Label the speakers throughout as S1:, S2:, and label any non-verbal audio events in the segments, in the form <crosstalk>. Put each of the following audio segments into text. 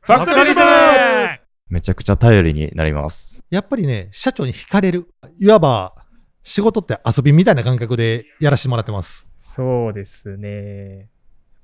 S1: ファクトリズム
S2: めちゃくちゃ頼りになります。
S3: やっぱりね、社長に惹かれる。いわば、仕事って遊びみたいな感覚でやらせてもらってます。
S1: そうですね。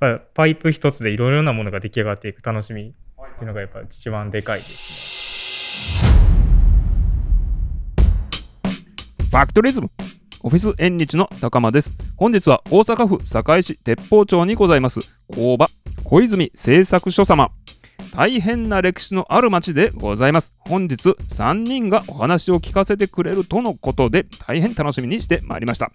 S1: やっぱパイプ一つでいろいろなものが出来上がっていく楽しみっていうのがやっぱ一番でかいです。
S4: ファクトリズムオフィス縁日の高間です。本日は大阪府堺市鉄砲町にございます工場小泉製作所様。大変な歴史のある町でございます。本日3人がお話を聞かせてくれるとのことで大変楽しみにしてまいりました。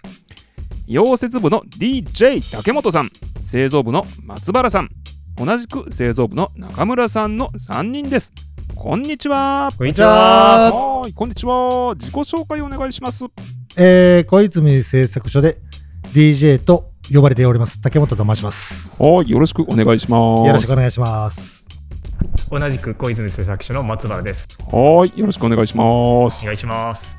S4: 溶接部の DJ 竹本さん、製造部の松原さん、同じく製造部の中村さんの3人です。こんにちは。
S1: こんに
S3: ちは
S4: はーい、こんにちは。自己紹介お願いします。
S3: えー、小泉製作所で DJ と呼ばれております。竹本と申します。よ
S4: はい、よろしくお願いします。
S3: ろしくお願いします。
S1: 同じく小泉製作所の松原です。
S4: はい、よろしくお願いします。
S1: お願いします。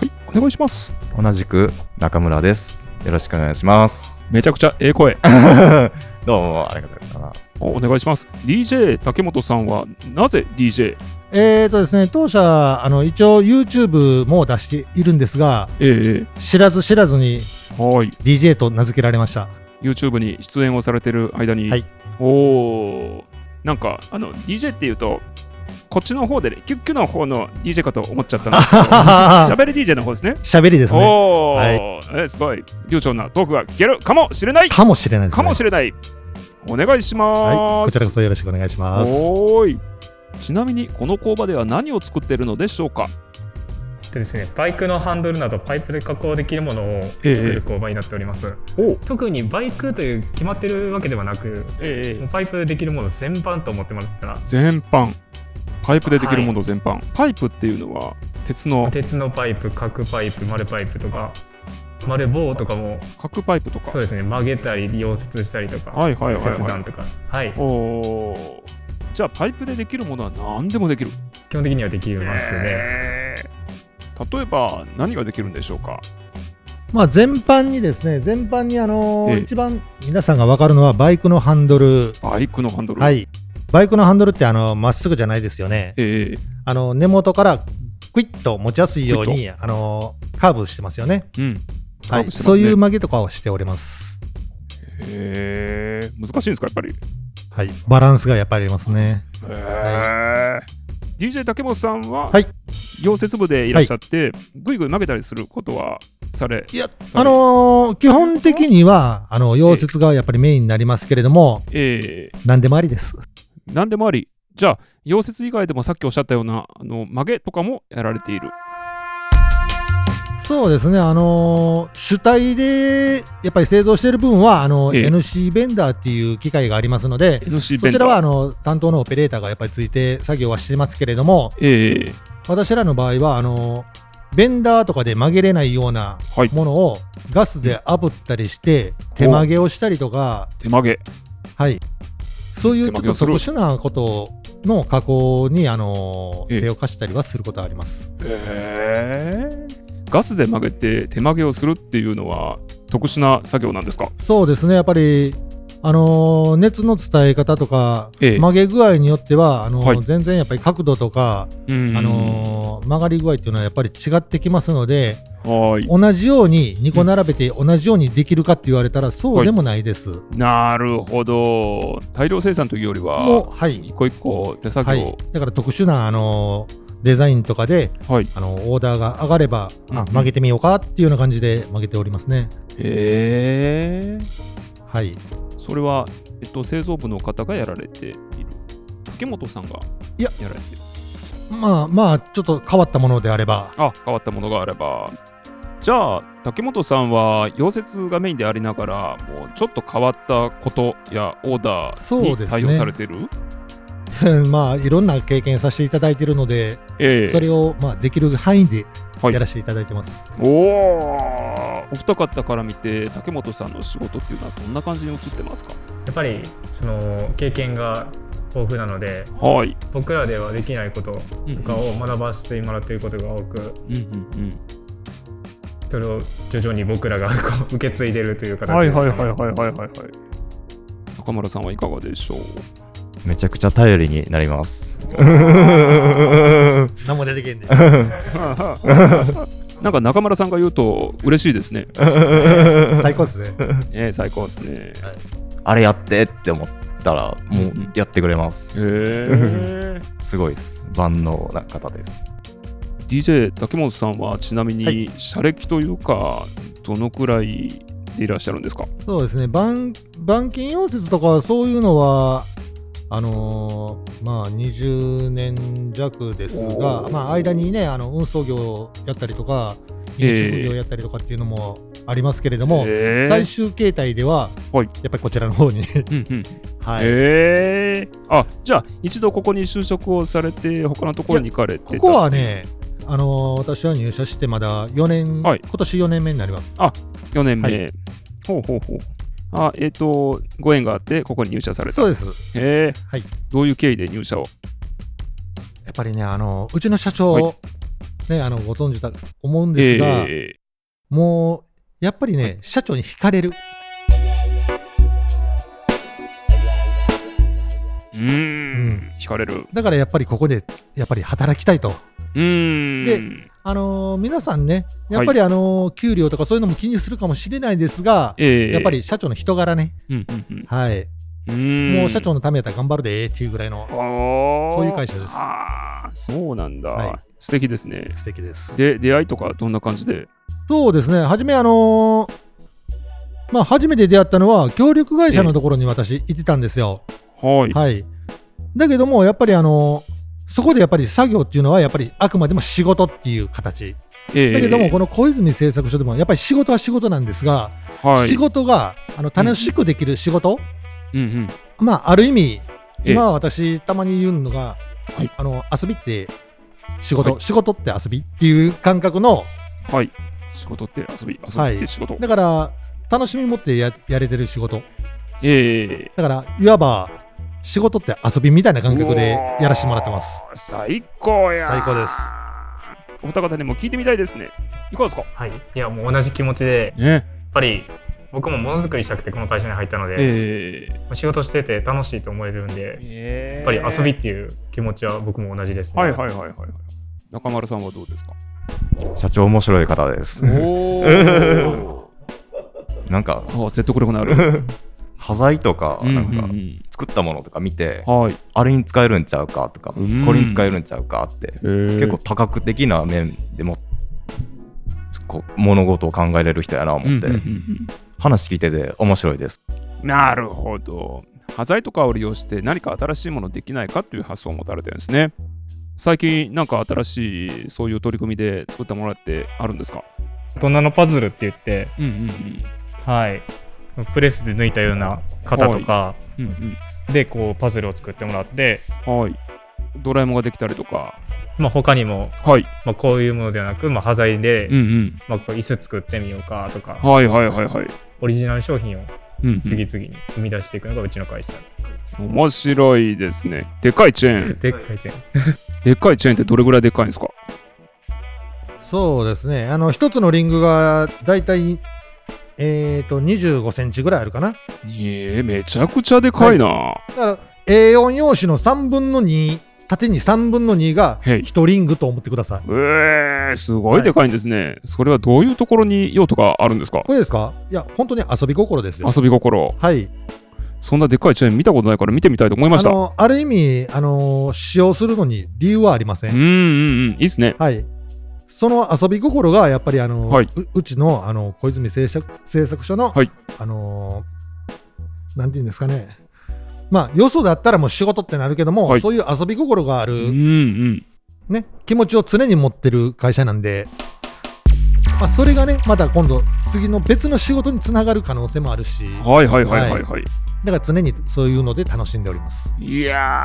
S4: はい、お願いします。
S2: 同じく中村です。よろしくお願いします。
S4: <laughs> めちゃくちゃええ声。
S2: どうもありがとうございます。
S4: おお願いします。DJ 竹本さんはなぜ DJ？
S3: えーとですね、当社、あの、一応 YouTube も出しているんですが、
S4: え
S3: 知らず知らずに
S4: えはい。
S3: DJ と名付けられました。
S4: YouTube に出演をされてる間に、
S3: はい
S4: おお、なんかあの DJ っていうと。こっちの方で、ね、キュッキュの方の DJ かと思っちゃっ
S3: <laughs>
S4: たんですけど喋り DJ の方ですね。
S3: 喋りですね。
S4: おお、
S3: は
S4: えすごい流暢なトークが聞けるかもしれない
S3: かもしれないです、ね。
S4: かもしれない。お願いします。
S3: はい。こちらこそよろしくお願いします。
S4: おーい。ちなみにこの工場では何を作っているのでしょうか。
S1: でですね、バイクのハンドルなどパイプで加工できるものを作る工場になっております。
S4: お
S1: 特にバイクという決まってるわけではなく、
S4: え
S1: もうパイプでできるもの全般と思ってもらったら、
S4: 全般。パイプでできるもの全般、パイプっていうのは鉄の
S1: 鉄のパイプ、角パイプ、丸パイプとか、丸棒とかも、
S4: 角パイプと
S1: そ
S4: か
S1: う。ですね、曲げたり、溶接したりとか、
S4: はいはいはい、はい。
S1: 切断とか、はい、
S4: おおー。じゃあパイプでできるものは何でもできる。
S1: 基本的にはできますね。
S4: えー例えば何ができるんでしょうか。
S3: まあ、全般にですね、全般にあのー
S4: ええ
S3: 一番皆さんが分かるのはバイクのハンドル。
S4: バイクのハンドル。。
S3: はいい。バイクのハンドルってあのまっすぐじゃないですよね。
S4: え
S3: あの根元からクイッと持ちやすいよう
S4: ク
S3: にあのーカーブしてますよね。
S4: ー、うん。カ
S3: は
S4: ー
S3: い。
S4: ブしてますね
S3: そういう曲げとかをしております。
S4: えー、難しいんですかやっぱり。
S3: はい。バランスがやっぱりありますね。
S4: へー DJ 竹本さんは、
S3: はい
S4: 溶接部でいらっしゃって、ぐいぐい曲げたりすることはされ、
S3: いや、あのー基本的にはあの溶接がやっぱりメインになりますけれども、
S4: え
S3: 何でもありです。
S4: ー、何でもあり、じゃあ、溶接以外でもさっきおっしゃったようなあの曲げとかもやられている。
S3: そうですね、あのー主体でやっぱり製造している分はあの
S4: ええ
S3: NC ベンダーっていう機械がありますので、
S4: NC
S3: そ
S4: ベン
S3: ち
S4: ダ
S3: らは
S4: ー。
S3: あの担当のオペレーターがやっぱりついて作業はしてますけれども、
S4: えー、
S3: 私らの場合はあのーベンダーとかで曲げれないような
S4: はい
S3: ものをガスで炙ったりして、手曲げをしたりとか、
S4: 手曲げ。
S3: はい、そういうちょっと特
S4: 手曲げをす
S3: 殊なことの加工に、あのー
S4: ええ
S3: 手を貸したりはすることはあります。
S4: えー、ガスで曲げて手曲げをするっていうのは特殊な作業なんですか
S3: そうですね、やっぱり、あのー熱の伝え方とか、
S4: ええ
S3: 曲げ具合によってはあのー
S4: はい
S3: 全然やっぱり角度とか、
S4: うん
S3: あのー曲がり具合っていうのはやっぱり違ってきますので、
S4: はーい。
S3: 同じように2個並べて同じようにできるかって言われたらそうでもないです。
S4: なるほど。大量生産というより
S3: もう
S4: は、
S3: はい
S4: 一個一個手作
S3: は
S4: 業。
S3: い、だから特殊な、あのーデザインとかで、
S4: はい
S3: あのーオーダーが上がれば、
S4: うんう
S3: あ
S4: ん
S3: 曲げてみようかっていうような感じで曲げておりますね。
S4: へえ
S3: はい、
S4: それは、えっと、製造部の方がやられている竹本さんが
S3: い
S4: や
S3: や
S4: られている
S3: まあまあちょっと変わったものであれば
S4: あ変わったものがあればじゃあ竹本さんは溶接がメインでありながらもうちょっと変わったことやオーダー
S3: そうです
S4: に
S3: ね
S4: 対応されている、
S3: まあいろんな経験させていただいているので、
S4: ええ
S3: それをまあできる範囲で
S4: は
S3: はいやらせていただいてます。
S4: おおお二方から見て竹本さんの仕事っていうのはどんな感じに映ってますか
S1: やっぱりその経験が豊富なので、
S4: はい、
S1: 僕らではできないこととかを学ばせてもらっていることが多く、
S4: うんうん
S1: それを徐々に僕らがこう受け継い <laughs> でるという
S4: う
S1: 形
S4: ん
S1: ですね。
S4: はいはい中村さんはいかがでしょう
S2: めちゃくちゃ頼りになります。
S3: 何も出てけんね
S4: <laughs> なんか中村さんが言うと嬉しいですね。 <laughs>
S3: 最高ですね。
S4: えー、最高ですね。
S2: あれやってって思ったら、もうやってくれます。
S4: へー
S2: すごいです。万能な方です。
S4: DJ 竹本さんはちなみ
S3: は
S4: に、社歴というか、どのくらいでいらっしゃるんですか
S3: そうですね、板板金溶接とかそういうのは、あのーまあ、20年弱です
S4: お
S3: が、
S4: ー
S3: まあ、間にね、あの運送業をやったりとか、
S4: え
S3: 飲
S4: え
S3: 食業やったりとかっていうのもありますけれども、
S4: えー
S3: 最終形態では、
S4: はい
S3: やっぱりこちらの方に、
S4: うんうん
S3: はい
S4: ええあじゃあ一度ここに就職をされて他のところに行かれてた
S3: ここはね、あのー私は入社してまだ4年、
S4: はい
S3: 今年4年目になります。
S4: 4年目、
S3: は
S4: ほうほうほうあえっ、とご縁があってここに入社された
S3: そうです
S4: ええ
S3: はい
S4: どういう経緯で入社を
S3: やっぱりね、あのうちの社長、
S4: はい
S3: ね、あのご存知だと思うんですが、
S4: え
S3: もうやっぱりね、社長に惹かれる。
S4: えうー
S3: うん
S4: ん惹かれる
S3: だからやっぱりここでつやっぱり働きたいと。
S4: うーん
S3: あのー皆さんね、やっぱりあのー給料とかそういうのも気にするかもしれないですが、
S4: ええ
S3: やっぱ、り社長の人柄ね、
S4: うんうん
S3: はい、
S4: うん、うーん
S3: もう社長のためやったら頑張るでーっていうぐらいの
S4: そ
S3: そういう会社です
S4: ああそうなんだ、
S3: はい
S4: 素敵ですね
S3: 素敵です。
S4: で出会いとかどんな感じで
S3: そうですね、初めあのーまあ、初めて出会ったのは、協力会社のところに私、いてたんですよ。
S4: はい
S3: はい、だけども、やっぱりあのーそこでやっぱり作業っていうのは、やっぱりあくまでも仕事っていう形。
S4: ええ
S3: だけども、この小泉製作所でも、やっぱり仕事は仕事なんですが、
S4: はい
S3: 仕事があの楽しくできる仕事、
S4: うんうん
S3: まあある意味
S4: ええ
S3: 今私たまに言うのが、
S4: はい
S3: あの遊びって仕事、
S4: は
S3: 仕事って遊びっていう感覚の
S4: はい。仕事って遊び、遊
S3: は
S4: びっ
S3: い
S4: て仕事。
S3: だから楽しみ持ってややれてる仕事
S4: ええ
S3: だからいわば仕事って遊びみたいな感覚でやらせてもらってます。
S4: 最高や。
S3: 最高です。
S4: お二方にも聞いてみたいですね。いかがですか。
S1: はい、いやもう同じ気持ちで
S4: ね。
S1: やっぱり僕もものづくりしたくてこの会社に入ったので、
S4: ええ
S1: 仕事してて楽しいと思えるんで
S4: え
S1: やっぱり遊び
S4: び。
S1: っていう気持ちは僕も同じですね。
S4: はいはいはいはいはい。中丸さんはどうですか。
S3: <laughs>
S2: 社長面白い方です。
S3: <laughs>
S4: おお。
S2: なんか、
S4: ああ、説得力のある。
S2: 端材とか、
S4: うんう
S2: なんか、
S4: ん
S2: 作ったものとか見て
S4: う、ん。はい。
S2: あれに使えるんちゃうかとか、こ
S4: うん
S2: れに使えるんちゃうかって、
S4: 結
S2: 結構多角的な面でも、こう物事を考えれる人やな思って、話聞いてて面白いです。
S4: なるほど。端材とかを利用して何か新しいものできないかという発想を持たれてるんですね。最近なんか新しいそういう取り組みで作ったものってあるんですか
S1: 大人のパズルって言って、
S4: うんうん
S1: はい、プレスで抜いたような型とか
S4: うん。うん
S1: でこうパズルを作ってもらって、
S4: うん、はい。ドラえもんができたりとか。
S1: まあ、他にも、
S4: はい。
S1: まあ、こういうものではなく、まあ、端材で、
S4: うん
S1: まあ、こう椅子作ってみようかとか
S4: うん。はいはいはいはい。
S1: オリジナル商品を
S4: うんうん、
S1: 次々に生み出していくのがうちの会社、
S4: 面白いですね。でかいチェーン。
S1: でっかいチェーン
S4: でっかいチェーンってどれぐらいでっかいんですか
S3: そうですねあの一つのリングがだいたいえー、と25センチぐらいあるかな
S4: ええめちゃくちゃでかいな。
S3: だから A4 用紙の3分の2縦に3分の2が
S4: はい
S3: 1リングと思ってください。
S4: ええすごいでかいんですね。それはどういうところに用途があるんですか
S3: これですかいや、本当に遊び心ですよ。
S4: 遊び心。
S3: はい。
S4: そんなでっかいチェーン見たことないから見てみたいと思いま
S3: あ
S4: した。うん
S3: の、ある意味、あの、使用するのに理由はありませ
S4: うん
S3: ん。
S4: うん、いいっすね。
S3: はい。その遊び心が、やっぱり、あの、
S4: はいう
S3: うちの、あの、小泉製作製作所の、
S4: はい
S3: あの、なんていうんですかね。まあ、よそだったらもう仕事ってなるけども、
S4: はい
S3: そういう遊び心があ
S4: う
S3: る、
S4: んうん。
S3: ね、気持ちを常に持ってる会社なんで、まあ、それがね、また今度、次の別の仕事につながる可能性もあるし、
S4: はいはいはいはいはい。
S3: だから常にそういうので楽しんでおります。
S4: い、や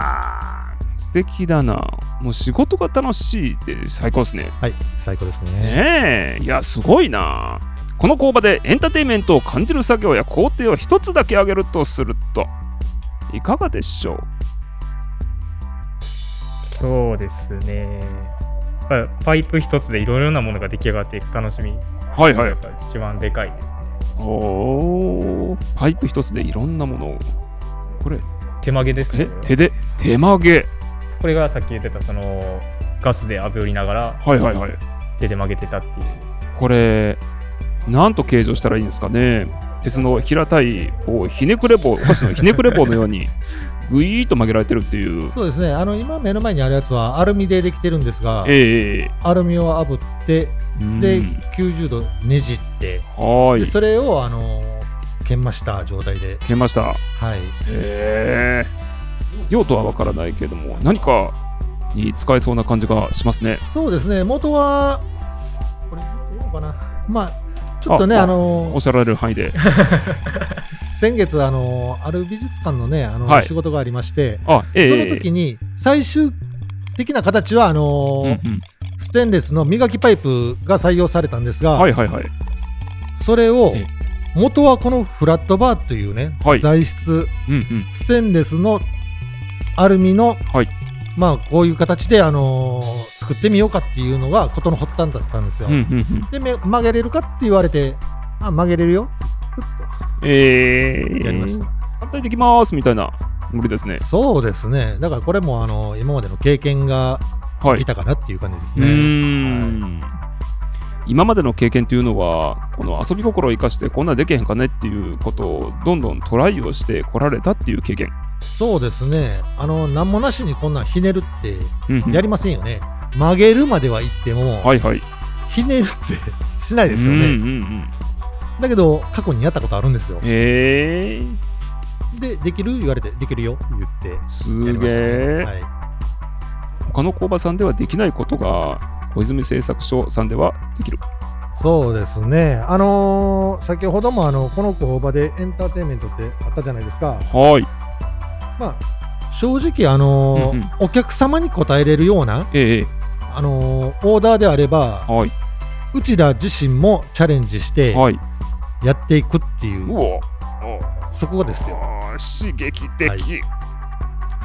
S4: ー、素敵だな。もう仕事が楽しいって最高ですね。
S3: はい、最高ですね。
S4: ねえ、いや、すごいな。この工場でエンターテインメントを感じる作業や工程を一つだけ上げるとすると、いかがでしょう
S1: そうですねやっぱパイプ一つでいろいろなものが出来上がっていく楽しみ
S4: はいは
S1: や
S4: い
S1: っ。ぱ一番でかいですね
S4: おー、パイプ一つでいろんなものを。これ、
S1: 手曲げですね
S4: え。手で手曲げ
S1: これがさっき言ってたそのガスで炙りながら
S4: はいはいはい
S1: 手で曲げてたっていう。
S4: これなんと形状したらいいんですかね鉄の平たい棒ひねくれ棒お菓子のひねくれ棒のように <laughs> ぐいーっと曲げられてるっていう
S3: そうですねあの今目の前にあるやつはアルミでできてるんですが
S4: ええ
S3: アルミを炙ってで90度ねじって
S4: はー
S3: で
S4: い
S3: それをあの研磨した状態で
S4: 消えました
S3: はい
S4: ええ用途はわからないけども何かに使えそうな感じがしますね
S3: そうですね元はこれいいのかなまあちょっとね
S4: あ
S3: あ
S4: あ
S3: の
S4: おっしゃられる範囲で
S3: 先月あのある美術館のねあの、
S4: はい
S3: 仕事がありまして
S4: あええ
S3: その時に最終的な形はあの
S4: うんうん
S3: ステンレスの磨きパイプが採用されたんですが、
S4: はいはいはい
S3: それを
S4: ええ
S3: 元はこのフラットバーというね、
S4: はい
S3: 材質
S4: うんうん
S3: ステンレスのアルミの、
S4: はい
S3: まあこういう形で、あのー作ってみようかっていうのがことの発端だったんですよ。
S4: うんうんうん
S3: でめ曲げれるかって言われてあ曲げれるよ
S4: ええ
S3: やりました
S4: 反対できますみたいな無理ですね
S3: そうですねだからこれも、あのー今までの経験が
S4: は
S3: 生
S4: い
S3: きたかなっていう感じです
S4: う
S3: ね。
S4: ーん今までの経験というのはこの遊び心を生かしてこんなできへんかねっていうことをどんどんトライをしてこられたっていう経験、
S3: そうですねあの何もなしにこんなんひねるって
S4: うんうん
S3: やりませんよね。曲げるまでは言っても、
S4: はいはい
S3: ひねるってしないですよね。
S4: うんうんうん
S3: だけど過去にやったことあるんですよ。
S4: へえ
S3: でできる言われてできるよ言って。や
S4: す
S3: りまし
S4: げえ、
S3: たねはい
S4: 他の工場さんではできないことが小泉製作所さんではできる
S3: そうですね、あのー先ほどもあのこの工場でエンターテインメントってあったじゃないですか、
S4: はい
S3: まあ、正直、あのー
S4: うんうん
S3: お客様に応えれるような、
S4: ええ
S3: あのーオーダーであれば、
S4: はいう
S3: ちら自身もチャレンジして
S4: はい
S3: やっていくっていう、
S4: うわ
S3: そこですよ。
S4: あー刺激的、
S3: はい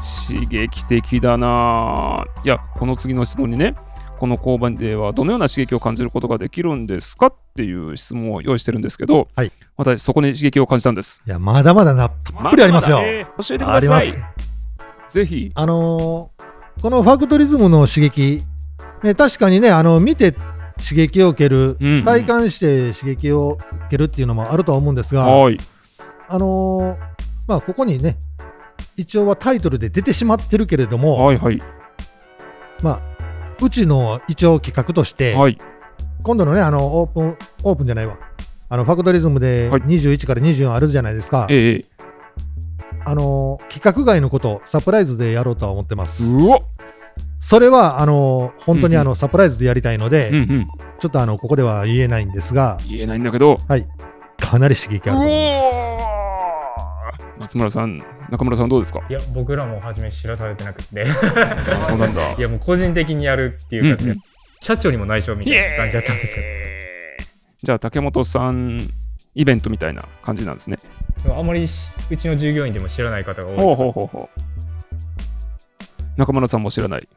S4: 刺激的だなあいやこの次の質問にねこの交番ではどのような刺激を感じることができるんですかっていう質問を用意してるんですけど、
S3: はい
S4: 私そこに刺激を感じたんです
S3: いや、まだまだな、たっぷりありますよ。
S4: だだね教えてく
S3: あ
S4: だ
S3: りま
S4: さ
S3: す
S4: い。ぜひ
S3: あのーこのファクトリズムの刺激、ね、確かにね、あの見て刺激を受ける、
S4: うんうん
S3: 体感して刺激を受けるっていうのもあるとは思うんですが、
S4: はい
S3: あのーまあ、ここにね、一応はタイトルで出てしまってるけれども、
S4: はいはい
S3: まあ、うちの一応企画として、
S4: はい
S3: 今度のね、あのオープン、オープンじゃないわ、あのファクトリズムで
S4: はい
S3: 21から24あるじゃないですか、
S4: ええ
S3: あのー企画外のこと、サプライズでやろうとは思ってます。
S4: うわ
S3: それはあのー本当にあ
S4: うん
S3: の、サプライズでやりたいので、
S4: うんうん
S3: ちょっとあのここでは言えないんですが、
S4: 言えないんだけど
S3: かなり刺激あると思います。
S4: うおー松村さん中村さんどうですか
S3: <laughs>
S1: いや僕らも初め知らされてなくて
S4: そうなんだ
S1: いやもう個人的にやるっていう感じで、
S4: うんう
S1: 社長にも内緒みたいな感じだったんですよ。
S4: じゃあ竹本さんイベントみたいな感じなんですね。
S1: でもあまりしうちの従業員でも知らない方が
S4: ほ
S1: 多
S4: う
S1: い。
S4: ほうほうほう。中村さんも知らない。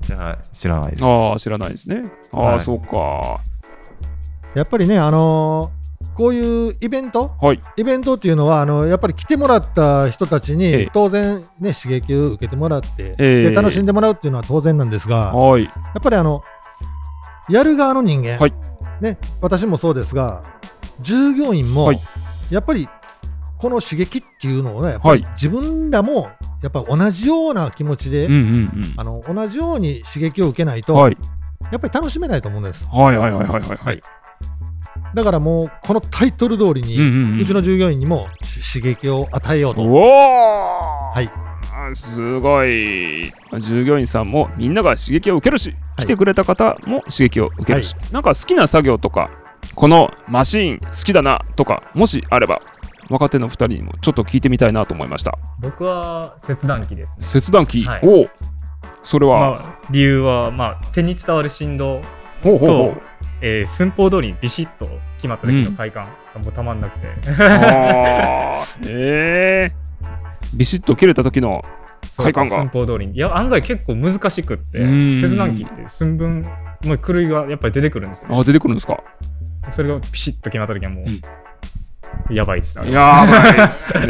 S2: じゃあ知らないです。
S4: ああ、知らないですね。ああ、
S2: はい
S4: そうか。
S3: やっぱりね、あのーこういうイベント、
S4: はい。
S3: イベントっていうのはあのやっぱり来てもらった人たち
S4: え
S3: に
S4: え
S3: 当然、ね、刺激を受けてもらって、
S4: ええ
S3: で楽しんでもらうっていうのは当然なんですが、や
S4: はい。
S3: っぱりあのやる側の人間、
S4: はい
S3: ね、私もそうですが従業員も、
S4: はい
S3: やっぱりこの刺激っていうのをね、やっぱり
S4: は
S3: 自分らもやっぱ同じような気持ちで、
S4: うんうん
S3: あの同じように刺激を受けない
S4: うん。
S3: と、
S4: はい。
S3: やっぱり楽しめないと思うんです。
S4: はいはいはいはいはいはい。
S3: だからもうこのタイトル通りに、
S4: うんうんうん
S3: うちの従業員にも刺激を与えようと。。
S4: おおはいすごい。従業員さんもみんなが刺激を受けるし、来てくれた方も刺激を受けるし、なんか好きな作業とか、このマシーン好きだなとか、もしあれば、若手の2人にもちょっと聞いてみたいなと思いました。
S1: 僕は切断機ですね。
S4: 切断機、
S1: はい
S4: おおそれは、
S1: まあ、理由は、まあ、手に伝わる振動、
S4: ほうほうほう。
S1: えー寸法通りにビシッと決まった時の快感がもうたまんなくて、
S4: <laughs> あーへえビシッと切れた時の、
S1: そう
S4: 快感が
S1: 寸法通りにいや案外結構難しくって
S4: うん
S1: 切断機って寸分もう狂いがやっぱり出てくるんですよ、
S4: あ出てくるんですか
S1: それがピシッと決まった時はもう、
S4: うん
S1: やばいですね
S4: <laughs> やばいっすね。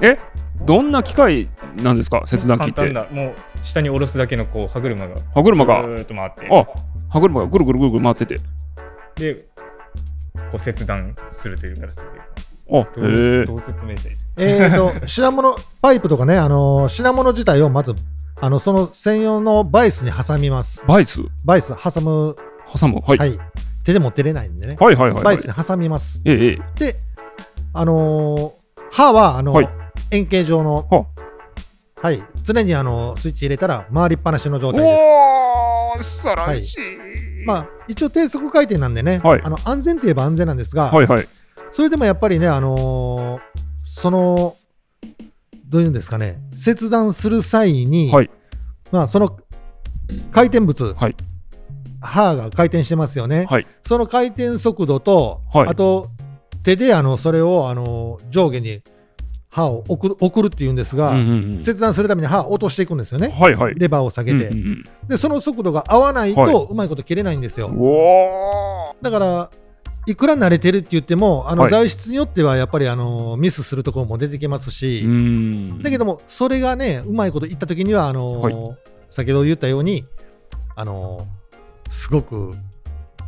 S4: えどんな機械なんですか切断
S1: 簡
S4: 機っ
S1: 単
S4: て
S1: だもう下に下ろすだけのこう歯車が
S4: 歯車が
S1: ぐーっと回って
S4: あ歯車がぐるぐるぐるぐる回ってて
S1: でこう切断するという形で
S4: あ
S1: ど
S4: へ
S1: う
S4: え
S1: どう説明したらいい
S3: えー、
S4: <laughs>
S3: と品物パイプとかね、あのー品物自体をまずあのその専用のバイスに挟みます
S4: バイス
S3: バイス挟む、
S4: 挟むはい
S3: は
S4: はい
S3: い、手で持ってれないんでね、
S4: はいはいはい
S3: バイスに挟みます
S4: ええええ
S3: であのー刃はあの、
S4: はい
S3: 円形状の
S4: は
S3: はい常にあのスイッチ入れたら回りっぱなしの状態です
S4: おお恐ろしい
S3: まあ一応低速回転なんでね、
S4: はい
S3: あの安全といえば安全なんですが、
S4: はいはい
S3: それでもやっぱりね、あのーその、どういうんですかね、切断する際に、
S4: はい
S3: まあ、その回転物、
S4: はい
S3: 刃が回転してますよね、
S4: はい
S3: その回転速度と、
S4: はい
S3: あと手であのそれを、あのー上下に刃を送る送るっていうんですが、
S4: うんうんうん
S3: 切断するために刃を落としていくんですよね、
S4: はいはい
S3: レバーを下げて、
S4: うんうん
S3: で、その速度が合わないと、
S4: はいう
S3: まいこと切れないんですよ。
S4: うんおお
S3: だからいくら慣れてるって言ってもあの
S4: はい
S3: 材質によってはやっぱりあのミスするところも出てきますし、
S4: だ
S3: だけどもそれがねうまいこと言った時にはあの、
S4: はい
S3: 先ほど言ったようにあのすごく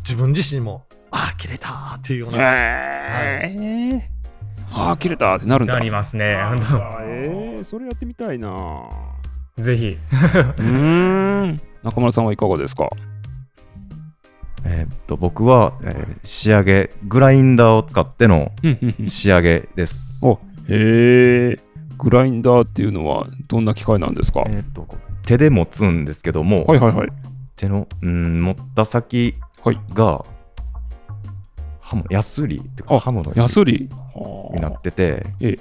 S3: 自分自身もああ切れたーっていうような、
S4: へえああ切れたってなるんだ
S1: なりますねあの
S4: えー、それやってみたいなう
S1: ぜひ
S4: ーん中村さんはいかがですか
S2: えーっと僕は、えー仕上げグラインダーを使っての仕上げです。
S4: おへえグラインダーっていうのはどんな機械なんですか、
S2: えーっとこう手で持つんですけども、
S4: はいはいはい
S2: 手のうん持った先
S4: はい
S2: が刃物ヤスリっていうか
S4: あ
S2: 刃物に
S4: ヤスリ
S2: になってて、
S4: ええ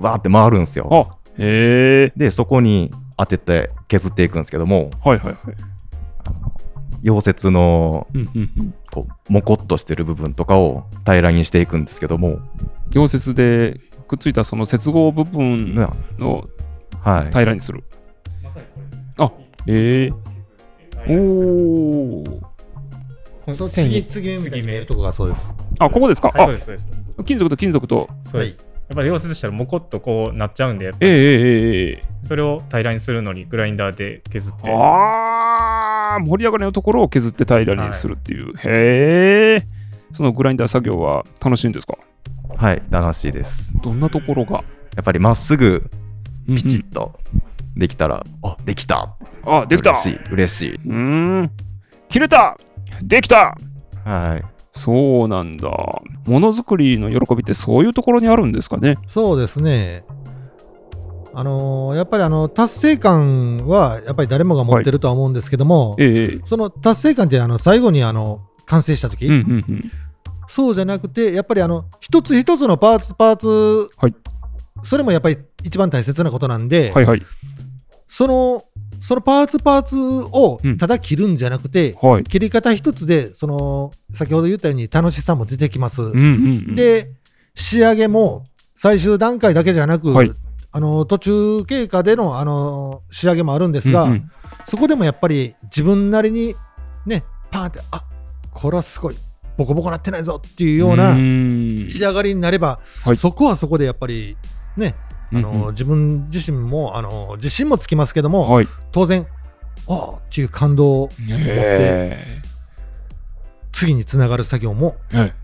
S2: わーって回るんですよ。
S4: あへえ
S2: でそこに当てて削っていくんですけども
S4: はいはいはい
S2: 溶接の
S4: うんうんうん
S2: こうモコっとしてる部分とかを平らにしていくんですけども、
S4: 溶接でくっついたその接合部分
S2: な
S4: の
S2: はい、
S4: 平らにするあへえおお
S1: この線
S3: 次
S1: に
S3: 次目みたいに見える
S1: 目
S3: とこがそうです
S4: あここですか、
S1: はいそうですそうです
S4: あ金属と金属と
S1: そうです、やっぱり溶接したらもこっとこうなっちゃうんでやっぱ
S4: ええ
S1: り
S4: ええええ
S1: それを平らにするのにグラインダーで削って
S4: ああ、盛り上がりのところを削って平らにするっていう。へえ。そのグラインダー作業は楽しいんですか
S2: はい、楽しいです。
S4: どんなところが
S2: やっぱりまっすぐ
S4: ピ
S2: ピチッとできたら、あできた
S4: あ、できた
S2: 嬉し
S4: う
S2: い、嬉しい。
S4: ーん。切れたできた
S2: はい、
S4: そうなんだ。ものづくりの喜びってそういうところにあるんですかね
S3: そうですねあのーやっぱりあの達成感はやっぱり誰もが持ってるとは思うんですけども、
S4: ええ
S3: その達成感ってあの最後にあの完成した時、
S4: うんうんうん。
S3: そうじゃなくて、やっぱりあの一つ一つのパーツ、パーツ、
S4: はい
S3: それもやっぱり一番大切なことなんで、
S4: はいはい。
S3: そのそのパーツ、パーツを
S4: うん
S3: ただ切るんじゃなくて、
S4: はい。
S3: 切り方一つで、その先ほど言ったように楽しさも出てきます。
S4: うんうんうん。
S3: で、仕上げも最終段階だけじゃなく、
S4: はい
S3: あの途中経過でのあの仕上げもあるんで
S4: う
S3: す
S4: んう
S3: が、
S4: ん、
S3: そこでもやっぱり自分なりにね、パーンって、あこれはすごい、ボコボコなってないぞっていうような。
S4: ーん
S3: 仕上がりになれば、
S4: はい
S3: そこはそこでやっぱりね、あの
S4: うんうん
S3: 自分自身もあの自信もつきますけども、
S4: はい。
S3: 当然ああっていう感動を持って
S4: へ
S3: 次につながる作業も
S4: えはい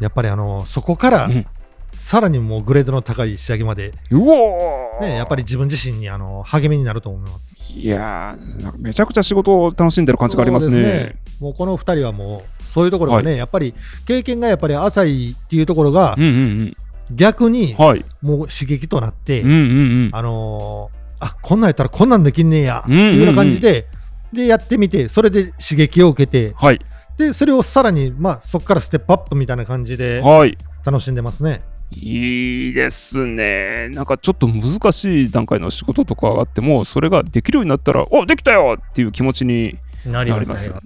S3: やっぱりあのそこから、
S4: うん
S3: さらにもうグレードの高い仕上げまで、
S4: うおー
S3: ね、やっぱり自分自身にあの励みになると思います。
S4: いやー、なんかめちゃくちゃ仕事を楽しんでる感じがあります
S3: そうで
S4: ね。
S3: もうこの2人はもうそういうところがね、
S4: は
S3: やっぱり経験がやっぱり浅いっていうところが
S4: うんうん
S3: 逆
S4: う
S3: に
S4: ん。はい。
S3: もう刺激となって、
S4: うんうんうん。
S3: あのーあこんなんやったらこんなんできんねんやっていうような感じで、でやってみてそれで刺激を受けて
S4: はい。
S3: でそれをさらに、まあ、そこからステップアップみたいな感じで
S4: はい。
S3: 楽しんでますね。
S4: いいですね。なんかちょっと難しい段階の仕事とかがあっても、それができるようになったら、おできたよっていう気持ちに
S1: なり
S4: な
S1: ま
S4: り
S1: す
S4: ま
S1: ね
S4: すよ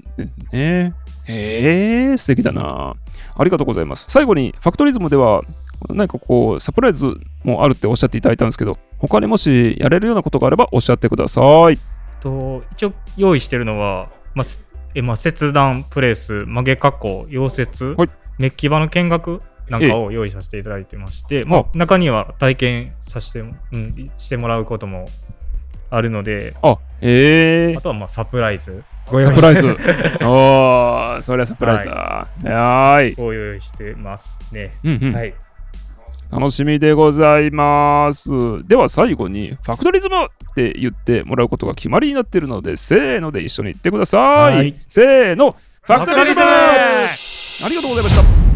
S4: ね。えー、素敵だな。ありがとうございます。最後に、ファクトリズムでは、何かこう、サプライズもあるっておっしゃっていただいたんですけど、他にもしやれるようなことがあればおっしゃってください。
S1: と一応用意してるのは、まあすえまあ、切断プレス曲げ加工溶接、
S4: はい
S1: メッキ場の見学なんかを用意させていただいてまして、まあ、中には体験させて,、うん、してもらうこともあるので、
S4: あ、ええ
S1: あとはまあサプライズ、ご
S4: ー、
S1: 用
S4: サ
S1: 意
S4: プ
S1: し
S4: ライ
S1: て
S4: ズ。 <laughs> おー、そりゃサプライズだ。はー
S1: <laughs>
S4: い。
S1: ご用意してますね。
S4: うんうん
S1: はい、
S4: 楽しみでございます。では最後に、ファクトリズムって言ってもらうことが決まりになっているので、せーので一緒に言ってください。
S1: はい
S4: せーの、ファクトリズム
S1: ファクトリ
S4: ありがとうございました。